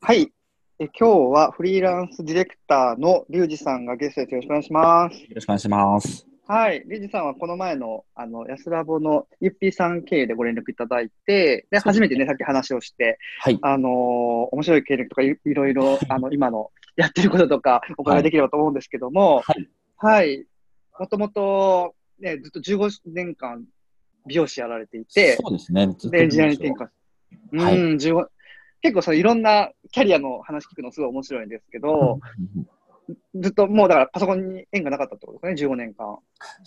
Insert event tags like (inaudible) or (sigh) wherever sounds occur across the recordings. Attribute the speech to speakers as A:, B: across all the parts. A: はい。え今日はフリーランスディレクターのリュウジさんがゲストです。よろしくお願いします。
B: よろしくお願いします。
A: はい。リュウジさんはこの前の、あの、安ラボのゆっぴーさん経由でご連絡いただいて、で、初めてね、さっき話をして、
B: はい。
A: あのー面白い経歴とかい、いろい (laughs) ろ、あの、今のやってることとかお伺いできればと思うんですけども、
B: はい。
A: はい。もともと、ね、ずっと15年間美容師やられていて、
B: そうですね。ずっと
A: で、エンジニアに転換。うん、
B: はい
A: 15結構そのいろんなキャリアの話聞くのすごい面白いんですけど、
B: うん
A: ずっともうだからパソコンに縁がなかったってことですね、15年間。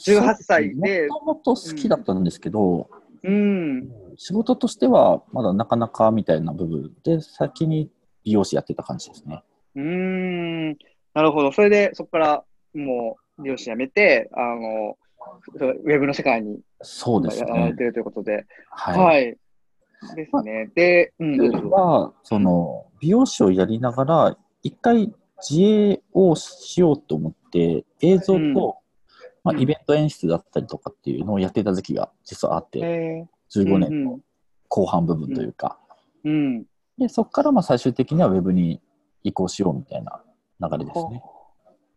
A: 18歳で
B: もともと好きだったんですけど、
A: うん。
B: 仕事としてはまだなかなかみたいな部分で、先に美容師やってた感じですね。
A: うん。なるほど。それで、そこからもう、美容師辞めて、あの、ウェブの世界に
B: そうです
A: やら
B: ね
A: れ。てるということで。
B: はい。
A: はい。ですね。で、うん。
B: というのは、その、美容師をやりながら、一回自営をしようと思って、映像
A: うん
B: と、ま
A: う
B: あ、
A: ん
B: イベント演出だったりとかっていうのをやってた時期が実はあって、
A: えー
B: 15年
A: うん
B: 後半部分というか、
A: うん。うん
B: で、そこからまあ最終的には Web に移行しようみたいな流れですね。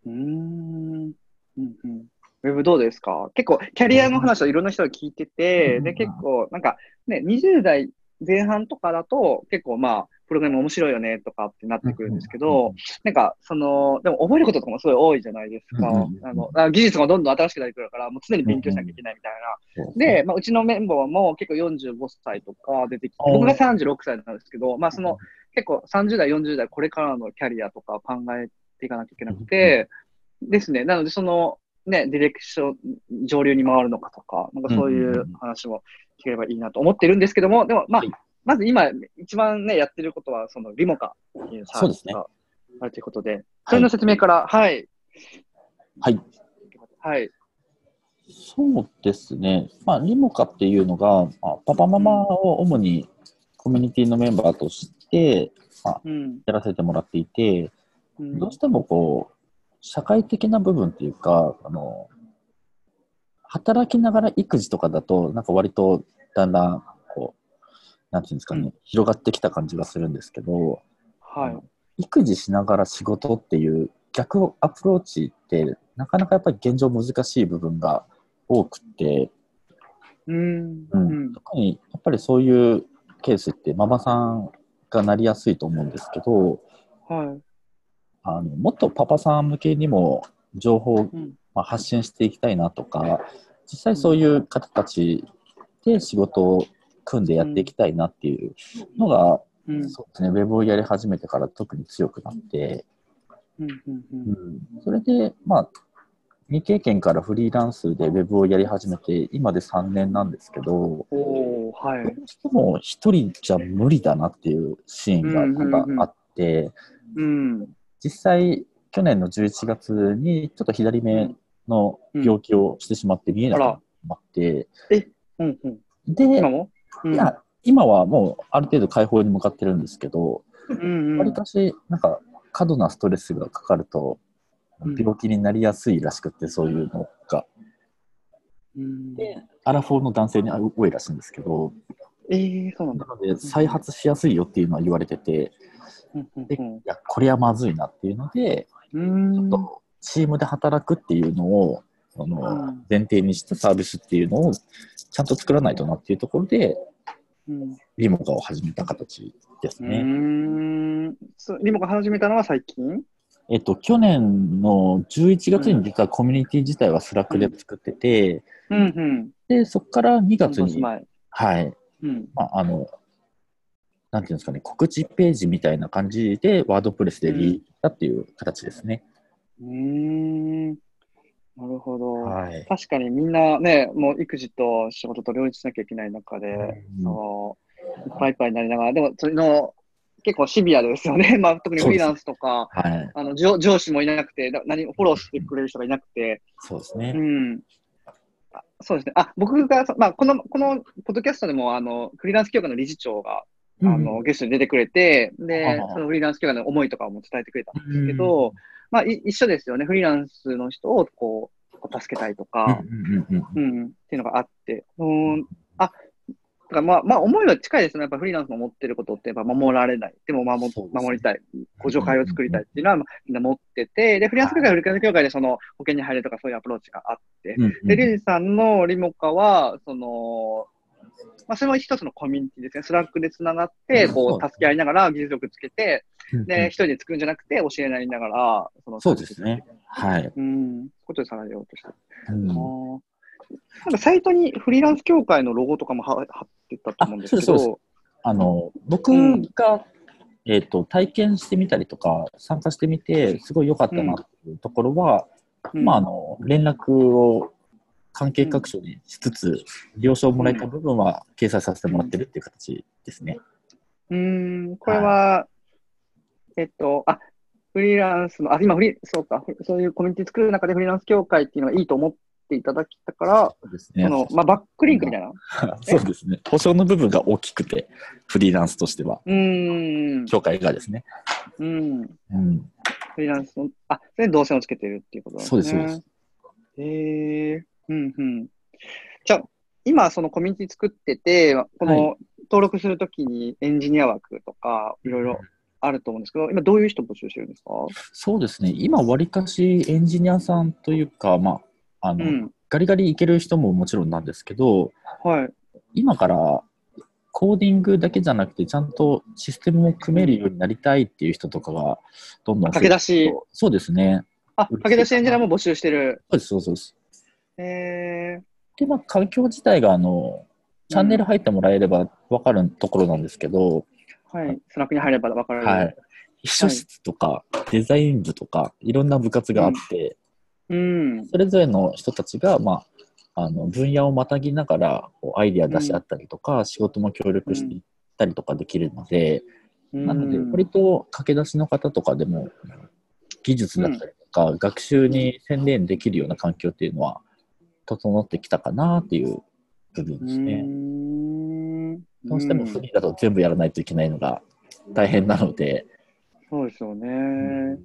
A: うーんうんうんウェブどうですか結構、キャリアの話をいろんな人が聞いてて、
B: うん
A: で、結構、なんか、ね、20代前半とかだと、結構まあ、プログラム面白いよねとかってなってくるんですけど、なんか、その、でも覚えることとかもすごい多いじゃないですか
B: うんうん。うん
A: あの、あ技術もどんどん新しくなってくるから、もう常に勉強しなきゃいけないみたい
B: そう
A: な。で、まあ、うちのメンバーも結構45歳とか出てきて、
B: あー
A: 僕が36歳なんですけど、まあ、その、結構30代、40代、これからのキャリアとかを考えていかなきゃいけなくて、ですね。なので、その、ね、ディレクション、上流に回るのかとか、なんかそうい
B: んうん
A: う
B: うんうん
A: 話も聞ければいいなと思ってるんですけども、でも、まあ
B: はい、
A: まず今、一番ね、やってることは、その、リモカっていうサービスがあるということで、それの説明から、はい、
B: はい。
A: はい、
B: そうですね。まあ、リモカっていうのが、まあ、パパママを主にコミュニティのメンバーとして、まあ、
A: うん、
B: やらせてもらっていて、
A: うん
B: どうしてもこう、社会的な部分っていうか、あの、働きながら育児とかだと、なんか割とだんだん、こう、なんていうんですかね、
A: うん
B: 広がってきた感じがするんですけど、
A: はい、
B: 育児しながら仕事っていう逆アプローチってなかなかやっぱり現状難しい部分が多くて、
A: うん、
B: うん
A: うん、
B: 特にやっぱりそういうケースってママさんがなりやすいと思うんですけど
A: はい、
B: あのもっとパパさん向けにも情報を
A: うん、
B: まあ発信していきたいなとか実際そういう方たちで仕事を組んでやっていきたいなっていうのが、
A: うん、
B: そうですね、ウェブをやり始めてから特に強くなって。
A: うん、うん、う
B: うんんそれで、まあ、未経験からフリーランスでウェブをやり始めて、今で3年なんですけど、
A: おー、は
B: ど
A: い、
B: うしても一人じゃ無理だなっていうシーンがなんかあって、
A: うん、
B: 実際、去年の11月にちょっと左目の病気をしてしまって見えなくなって、
A: うん、うん、
B: で、
A: 今もうん
B: いや今はもうある程度解放に向かってるんですけど、
A: うん、う
B: わり
A: ん、
B: かし、なんか、過度なストレスがかかると
A: うん、
B: 病気になりやすいらしくて、そういうのが。
A: うん
B: でアラフォーの男性に多いらしいんですけど、
A: えー、そうなんだ
B: な。ので再発しやすいよっていうのは言われてて、い
A: うんうん
B: でや、これはまずいなっていうので、
A: うん、うん
B: チームで働くっていうのを、その
A: うん
B: 前提にしたサービスっていうのをちゃんと作らないとなっていうところで、
A: うん
B: リモカを始めた形です
A: う
B: ね。
A: ーんそうリモコン始めたのは最近
B: えっと、去年の11月に実はコミュニティ自体はスラックで作ってて、
A: うんうん。
B: で、そこから2月
A: 半年
B: に、
A: 前。
B: はい、
A: うん。
B: まあ、あの、なんていうんですかね、告知ページみたいな感じで、ワードプレスでリーダーっていう形ですね。
A: うーん。なるほど。
B: はい。
A: 確かにみんなね、もう育児と仕事と両立しなきゃいけない中で、
B: うん
A: そう、いっぱいいっぱいになりながら、でも、その、結構シビアですよね。まあ、特にフリーランスとか、
B: はい。
A: あの上上司もいなくて、な何もフォローしてくれる人がいなくて、
B: そうです
A: う
B: ね。
A: ん。あそうですね。あ、僕が、そまあ、この、この、ポッドキャストでも、あの、フリーランス協会の理事長が、あ
B: うん、
A: の、ゲストに出てくれて、で
B: あ、あ
A: そのフリーランス協会の思いとかも伝えてくれたんですけど、まあ、い一緒ですよね。フリーランスの人を、こう、こう助けたいと
B: うん、
A: か、
B: うんうんうんうん
A: うん、っていうのがあって、うーん、あ、だからまあ、まあ、思いは近いですね。やっぱフリーランスの持ってることって、やっぱ守られない。でも守、
B: そうですね
A: 守りたい。ご助会を作りたいっていうのは、まあみんな持ってて、で、フリーランス協会、フリーランス協会でその保険に入れるとかそういうアプローチがあって、
B: うん
A: で、リュウジさんのリモカは、その、まあ、それも一つのコミュニティですね。スラックでつながって、
B: そ
A: こ
B: う
A: う、助け合いながら技術力つけて、
B: うん
A: で、一人で作るんじゃなくて、教えないながら、その、
B: そうです。ね。はい。
A: うん、ことでさらようとしてる。
B: うん
A: あーなんかサイトにフリーランス協会のロゴとかもは貼ってたと思うんですけ
B: あそうです
A: ど、
B: あの僕
A: うん
B: が、えっと体験してみたりとか参加してみてすごい良かったなっていうところは、
A: うん
B: まあ、あの連絡を関係各所にしつつ、了承をもらえた部分は掲載させてもらってるっていう形ですね。
A: うーん、これは、えっと、あ、フリーランスの、あ、今フリー、そうか、フリそういうコミュニティ作る中でフリーランス協会っていうのがいいと思っていただきたから、
B: そうです
A: そ
B: ね。
A: の、まあ、バックリンクみたいな。う
B: (laughs) そうですね。保証の部分が大きくて、フリーランスとしては、
A: ーん、
B: 協会がですね。
A: うん、フ
B: うん、
A: リーランスの、あ、それで動線をつけてるっていうことなんですね。
B: そうですそう
A: えー、うん、うん。じゃあ、今、そのコミュニティ作ってて、この、登録するときにエンジニア枠とか、いろいろあると思うんですけど、今どういう人募集してるんですか
B: そうですね。今、わりかしエンジニアさんというか、まあ、あ
A: う
B: の、
A: ん、
B: ガリガリいける人ももちろんなんですけど、
A: はい。
B: 今からコーディングだけじゃなくて、ちゃんとシステムを組めるようになりたいっていう人とかが、どんどん増え
A: 駆け出し、
B: そうですね。
A: あ、駆け出しエンジニアも募集してる。
B: そうです、そうですそうです。
A: えー、
B: で、まあ、環境自体が、あの、チャンネル入ってもらえれば分かるところなんですけど、
A: はい。スラックに入れば分かる。
B: はい。。秘書室とか、デザイン部とか、いろんな部活があって、
A: うん。
B: それぞれの人たちが、まあ、あの分野をまたぎながらこうアイディア出し合ったりとか、仕事も協力していったりとかできるので、なので割と駆け出しの方とかでも技術だったりとか、学習に専念できるような環境っていうのは整ってきたかなっていう部分ですね。
A: ね。
B: どうしても
A: ん
B: フリーだと全部やらないといけないのが大変なので、
A: そうですよね。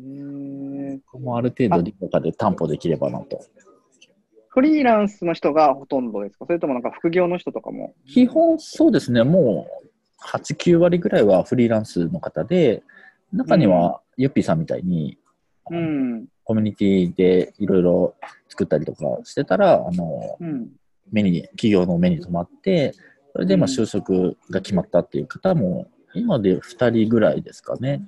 A: えー、
B: ここもある程度理科で担保できればなと。
A: フリーランスの人がほとんどですかそれともなんか副業の人とかも。
B: 基本そうですね、もう8、9割ぐらいはフリーランスの方で、中にはゆっぴーさんみたいに、あ
A: う
B: の
A: ん。
B: コミュニティでいろいろ作ったりとかしてたら、あの
A: うん。
B: 目に企業の目に留まって、それでまあ
A: うん
B: 就職が決まったっていう方も、今で2人ぐらいですかね。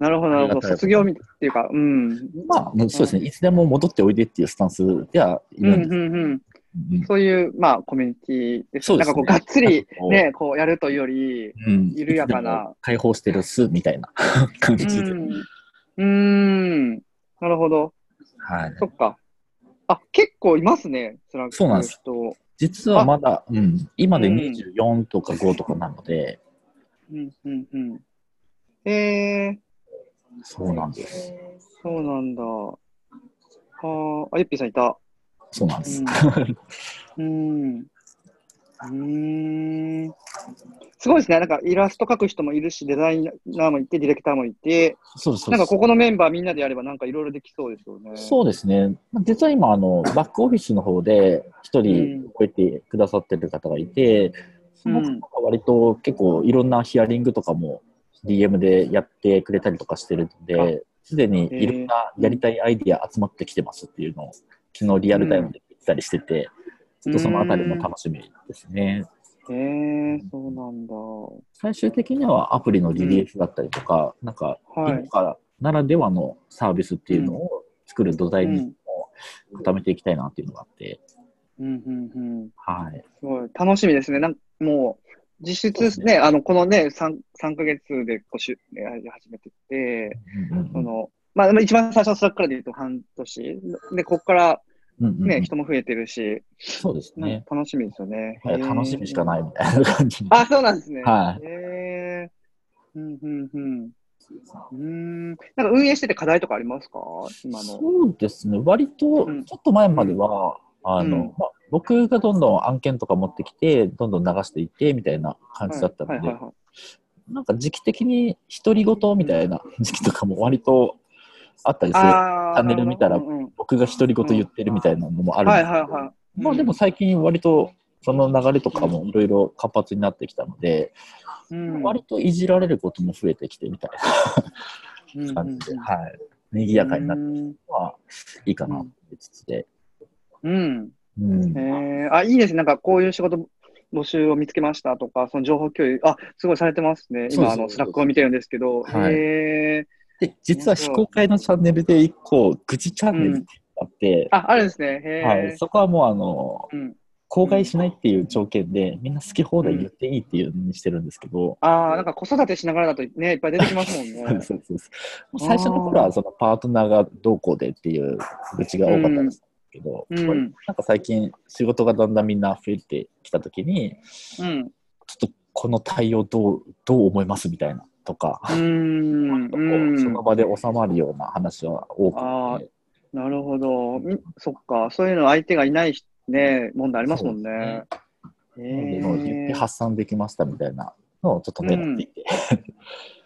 A: なるほど、なるほ
B: ありが
A: ど。
B: たいこと
A: 卒業みっていうか、うん。
B: まあ、もうそうですね、いつでも戻っておいでっていうスタンスではい
A: うん、うんん
B: るです。、
A: うん。
B: うん
A: そういう、まあ、コミュニティです。
B: そうです
A: な
B: ね
A: んかこう、がっつり、
B: こう
A: ね、こう、やるというより、
B: うん
A: 緩やかない
B: つでも解放してるっすみたいな感じで。
A: うん。うん。なるほど。
B: はい
A: そっか。あ、結構いますね、スラック
B: そうなん
A: の
B: です
A: 人。う
B: 実はまだ、うん、今で
A: うん
B: 24とか5とかなので、
A: んうんうん。え
B: そうなんです。
A: ー、そうなんだ。あー、あゆっぴーさんいた。
B: そうなんです。
A: うん。うーん。すごいですね。なんかイラスト描く人もいるし、デザイナーもいて、ディレクターもいて、
B: そうですそう
A: なん
B: で
A: か
B: す
A: ここのメンバーみんなでやればなんかいろいろできそうですよね。
B: そうですね。まあ実は今、あの、バックオフィスの方で一人動いてくださってる方がいて、その方が割と結構いろんなヒアリングとかも DM でやってくれたりとかしてるので、すでにいろんなやりたいアイディア集まってきてますっていうのを、昨日リアルタイムで言ったりしてて、ちょっとそのあたりも楽しみですね。
A: えー、そうなんだ。
B: 最終的にはアプリのリリースだったりとか、なんか
A: はい
B: 今からならではのサービスっていうのを作る土台にも固めていきたいなっていうのがあって、
A: うんうんうん。
B: はい、
A: すごい楽しみですね。なんかもう、実
B: そうで
A: 質
B: す
A: ね、あの、このね、3, 三ヶ月でこうしゅ、ね、始めてって、その、まあ、でも一番最初のスラックからで言うと半年。で、ここから
B: うんうんうん
A: ね、人も増えてるし、
B: そうです
A: なん
B: ね、
A: か楽しみですよね。
B: はい楽しみしか
A: い。
B: ないみたいな感じ
A: あ、そうなんですね。。
B: (laughs) はい
A: えー、うん、うん、うん。うーんなんか運営してて課題とかありますか今の。
B: そうですね割と
A: うん
B: ちょっと前までは、あの
A: うん
B: まあ、僕がどんどん案件とか持ってきてどんどん流していってみたいな感じだったので、
A: はいはいはいはい
B: なんか時期的に独り言みたいな時期とかも割とあったりする
A: あー
B: チャンネル見た
A: な
B: ら
A: るほどうんうん
B: 僕が独り言言ってるみたいなのもあるん
A: は
B: で
A: い
B: すけ
A: はい
B: ど、
A: はい。
B: まあでも最近割とその流れとかもいろいろ活発になってきたので、
A: うん
B: 割といじられることも増えてきてみたい
A: うん
B: な感じで、はい。賑やかになってのはいいかなと思いつつで。
A: うん。
B: うん
A: えー、あ、いいですね。なんかこういう仕事募集を見つけましたとか、その情報共有、あ、すごいされてますね。
B: そうそう
A: 今、あの、スラックを見てるんですけど。
B: はい
A: え
B: で、実は非公開のチャンネルで一個、愚痴チャンネルってあって
A: ー、、あ、あるんですね。へー
B: はい、そこはもうあの、
A: うん
B: 公開しないっていう条件で、みんな好き放題言っていいっていうのにしてるんですけど、
A: ああ、なんか子育てしながらだとね、いっぱい出てきますもん
B: (laughs) そう
A: ね。
B: そうそうもう最初の頃はそのパートナーがどうこうでっていう愚痴が多かったんですけど、
A: うん
B: これなんか最近仕事がだんだんみんな増えてきた時に
A: うん。
B: ちょっとこの対応どうどう思いますみたいなとか、
A: うーん。
B: こ
A: う
B: うんその場で収まるような話は多
A: あ
B: くて。
A: なるほど。みそっか。そういうの相手がいないしね、問題ありますもんね。え
B: なのでもう言って
A: ー、
B: 発散できましたみたいなのをちょっと狙っていて、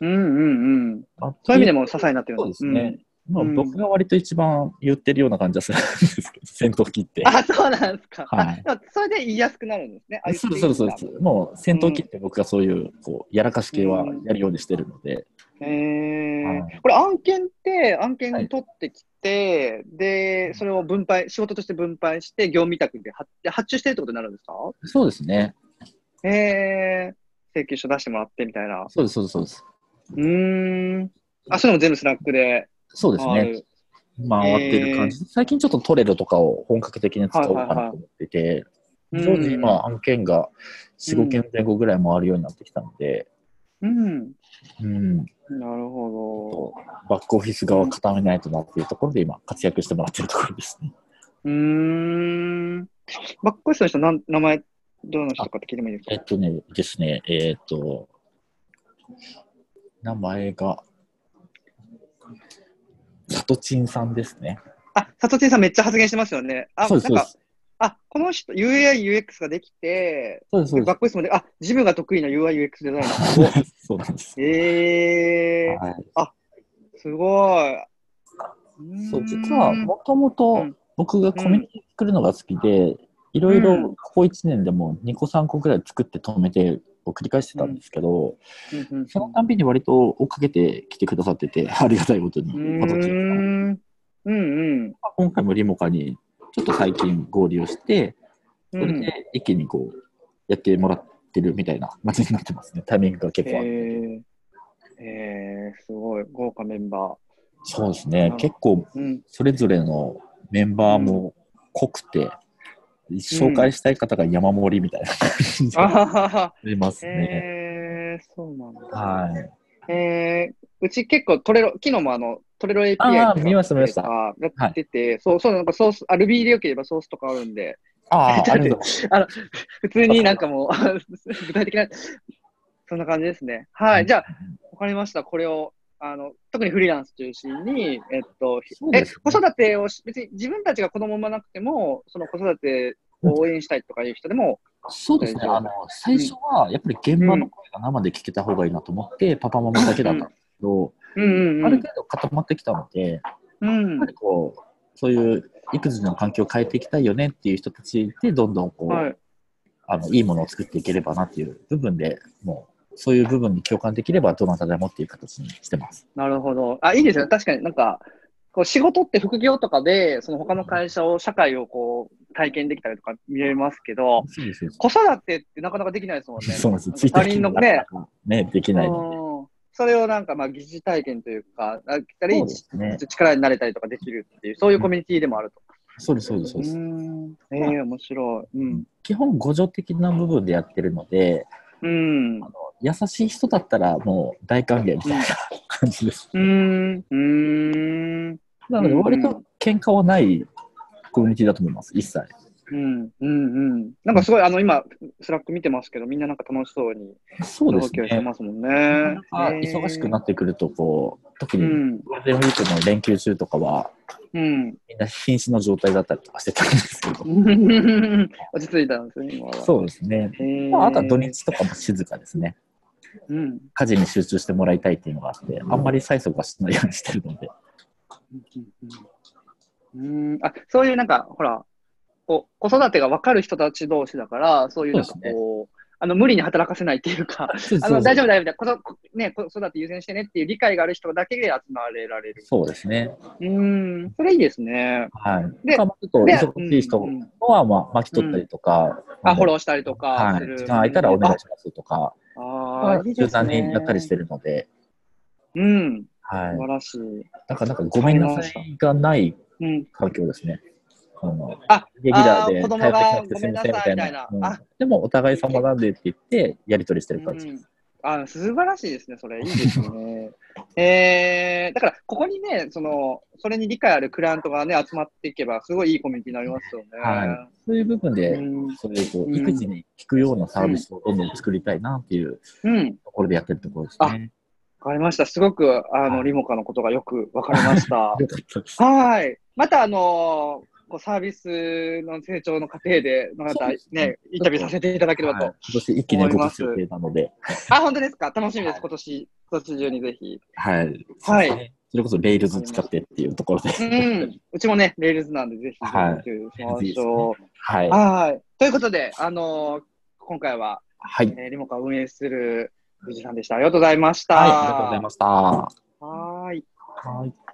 A: うんうんうん。
B: まあ
A: そういう意味でも支えになってる
B: そうんですね。。まあ、
A: うん
B: 僕が割と一番言ってるような感じはするんですけど、戦闘機って
A: うん。 (laughs) あ、そうなんですか。
B: はい
A: あでもそれで言いやすくなるんですね。あ
B: そうそうそうそう。もう戦闘機って僕がそういう、こう、やらかし系はやるようにしてるので、
A: えー
B: はい
A: これ案件って、案件
B: はい
A: に取ってきて、で、それを分配、仕事として分配して、業務委託で発で発注してるってことになるんですか
B: そうですね。
A: えー、請求書出してもらってみたいな。
B: そうです、そうです、そうです。
A: うーん。あ、それも全部スラックで
B: そうです
A: 回
B: ね。
A: る。
B: 回ってる感じ。最近ちょっとトレロとかを本格的に使おうかなと思ってて、
A: はい
B: 当
A: はいはい
B: 時今案件が4、
A: う
B: 5
A: ん
B: 件前後ぐらい回るようになってきたので、
A: うん。
B: うん、
A: なるほ
B: こうバックオフィス側を固めないとなっていうところで今活躍してもらってるところですね。
A: ど。うーん。バックオフィスの人、なん名前、どの人かって聞いてもいいです
B: え
A: か
B: っとね、ですね、えっと、名前が、さとちんさんですね。
A: あ、佐藤さんめっちゃ発言してますよね。あ、な
B: そうんです、そうで
A: か、
B: す。
A: あ、この人、UI、UX ができて、
B: そうです、そう
A: バ
B: で
A: ックオフィスもで、あ、自分が得意な UI、UX デザイナ
B: (laughs)
A: ー。
B: す。そうなんです。
A: え
B: はい
A: ー、すごい。
B: そう、実は、もとも
A: う
B: と
A: ん
B: 僕がコミュニティ作るのが好きで、いろいうろ
A: ん
B: ここ1年でも2個3個ぐらい作って止めて、を繰り返してたんですけど、
A: うん、うん
B: そのたんびに割と追っかけてきてくださってて、 (laughs) ありがたいことに。
A: うん、う
B: 形ですね
A: ーん、うん、
B: 今回もリモカにちょっと最近合流して、
A: う
B: それ
A: ん。
B: で一気にこうやってもらってるみたいな感じになってますね、タイミングが結構ある。
A: えー、えー、すごい、豪華メンバ
B: そうです
A: なる
B: ね
A: ほ、ど
B: 結構
A: ー。うん、
B: それぞれのメンバーも濃くて、紹介したい方が山盛りみたいな感じに
A: あ
B: な
A: ははは。
B: りますね。
A: えー、そうなんだ。
B: はい、
A: えー、うち結構トレロ、昨日もあの、トレロ API と
B: あ
A: か
B: ー見ました見ました
A: やってて、そう、そう、なんかソース、あ、Ruby でよければソースとかあるんで、
B: ああ、ありがとうございます。
A: あの、普通になんかもう、 (laughs) 具体的な、そんな感じですね。はい、じゃあ、わかりました。これを、あの、特にフリーランス中心に、えっと、
B: そう
A: え、
B: です
A: 子
B: ね
A: 育てをし、別に自分たちが子供を産まなくても、その子育てを応援したいとかいう人でも、
B: そうですね、あの最初はやっぱり現場の声が生で聞けた方がいいなと思って、パパママだけだったんですけど、
A: うんうん
B: あ
A: う
B: る
A: ん。
B: 程度固まってきたので、
A: うん
B: やっぱりこう、そういう育児の環境を変えていきたいよねっていう人たちで、どんどんこう、、
A: はいい。
B: あのいいものを作っていければなっていう部分で、もう、そういう部分に共感できれば、どなたでもっていう形にしてます。
A: なるほど。あ、いいですね。確かになんか、こう仕事って副業とかで、その他の会社を、社会をこう、体験できたりとか見れますけど、
B: そうです、そう
A: 子育てってなかなかできないですもんね。
B: そうなんです。
A: なんか
B: ついて
A: 他人のね、
B: ね、できないので。
A: うんそれをなんか、まあ、疑似体験というか、あ来たり
B: そうで、すね。
A: 力になれたりとかできるっていう、そういうコミュニティでもあると。
B: そうです、そうです、そううです。
A: ん。ええ面白い。うん。
B: 基本、互助的な部分でやってるので、
A: うん。う
B: 優しい人だったらもう大歓迎みたいな感じです。
A: ーん。うーん。
B: なので、割
A: う
B: と
A: ん
B: 喧嘩はないコミュニティだと思います、一切。
A: うん。うん。うん。なんかすごい、あの、今、スラック見てますけど、みんななんか楽しそうに
B: そうです
A: 動きをして
B: ね。
A: ますもんね。
B: なんか忙しくな
A: っ
B: ってくると、こう、特
A: てう
B: に
A: ん。
B: ゴールデンウィークの連休中とかは、
A: うん。
B: みんな瀕死の状態だったりとかしてたんですけど、
A: 落ち着いたんですね、今は。
B: そうですね。
A: へー
B: まあ、あとは土。日とかも静かですね。
A: うん。
B: 家事に集中してもらいたいっていうのがあって、あんまり催促はしないようにしてるので。
A: うんうんうん、うーんあそういうなんか、ほら、こう子育てが分かる人たち同士だから、そういうなんか
B: そうです
A: こう、あの無理に働かせないっていうか、
B: そう
A: あ
B: そう
A: の大丈夫、大丈夫、子育ね、子育て優先してねっていう理解がある人だけで集まれられる。
B: そうですね。
A: うーん、それいいですね。
B: はい。
A: で
B: で、まあちょっと
A: で
B: 忙しい人
A: うんうん
B: は、まあ、巻き取ったりとか、
A: あ、
B: の
A: フォローしたりとか
B: は
A: す
B: い、
A: る。
B: 時間空いたらお願いしますとか、
A: ああーいい
B: 柔
A: です
B: 軟
A: ね。
B: にやったりしてるので、
A: うん、
B: はい
A: 素。晴らしい。
B: だからなんかごめんなさいがない
A: うん、
B: 環境ですね。あの
A: あ
B: レギュラー
A: あ
B: で
A: ー子供
B: 頼
A: が
B: ってきなくてすみませんみたい
A: ご
B: な。
A: めんなさいみたいな
B: うん
A: あ
B: でもお互い様なんでって言ってやり取りしてる感じ。
A: うんあ素晴らしいですね、それ。いいですね。 (laughs) えー、だから、ここにね、その、それに理解あるクライアントがね、集まっていけば、すごいいいコミュニティになりますよね。
B: はそういう部分
A: う
B: で、
A: ん
B: そういうこ
A: うん
B: う育児に効くようなサービスをどんどん作りたいなっていう
A: うん。
B: ところでやってるところですね。
A: わかりました。すごく、あ
B: は
A: の、
B: い
A: リモカのことがよくわかりました。
B: よかったです。
A: はい。また、あのこうサービスの成長の過程で、また
B: そうですね
A: ね、インタビューさせていただければと。
B: はい今年一気に動く予定なので、
A: あ、本当ですか楽しみで
B: は
A: す。
B: い
A: 今年、今年中にぜひ。
B: はい。
A: はい。
B: それこそレールズ使ってっていうところで。
A: うん。うちもね、レールズなんで、ぜひ、
B: はい
A: 共有しましょう。
B: はい。
A: はい。ということで、あのー今回は、
B: はい。
A: えーリモカを運営する藤井さんでした。ありがとうございました。
B: はい、ありがとうございました。は
A: はーい。
B: い。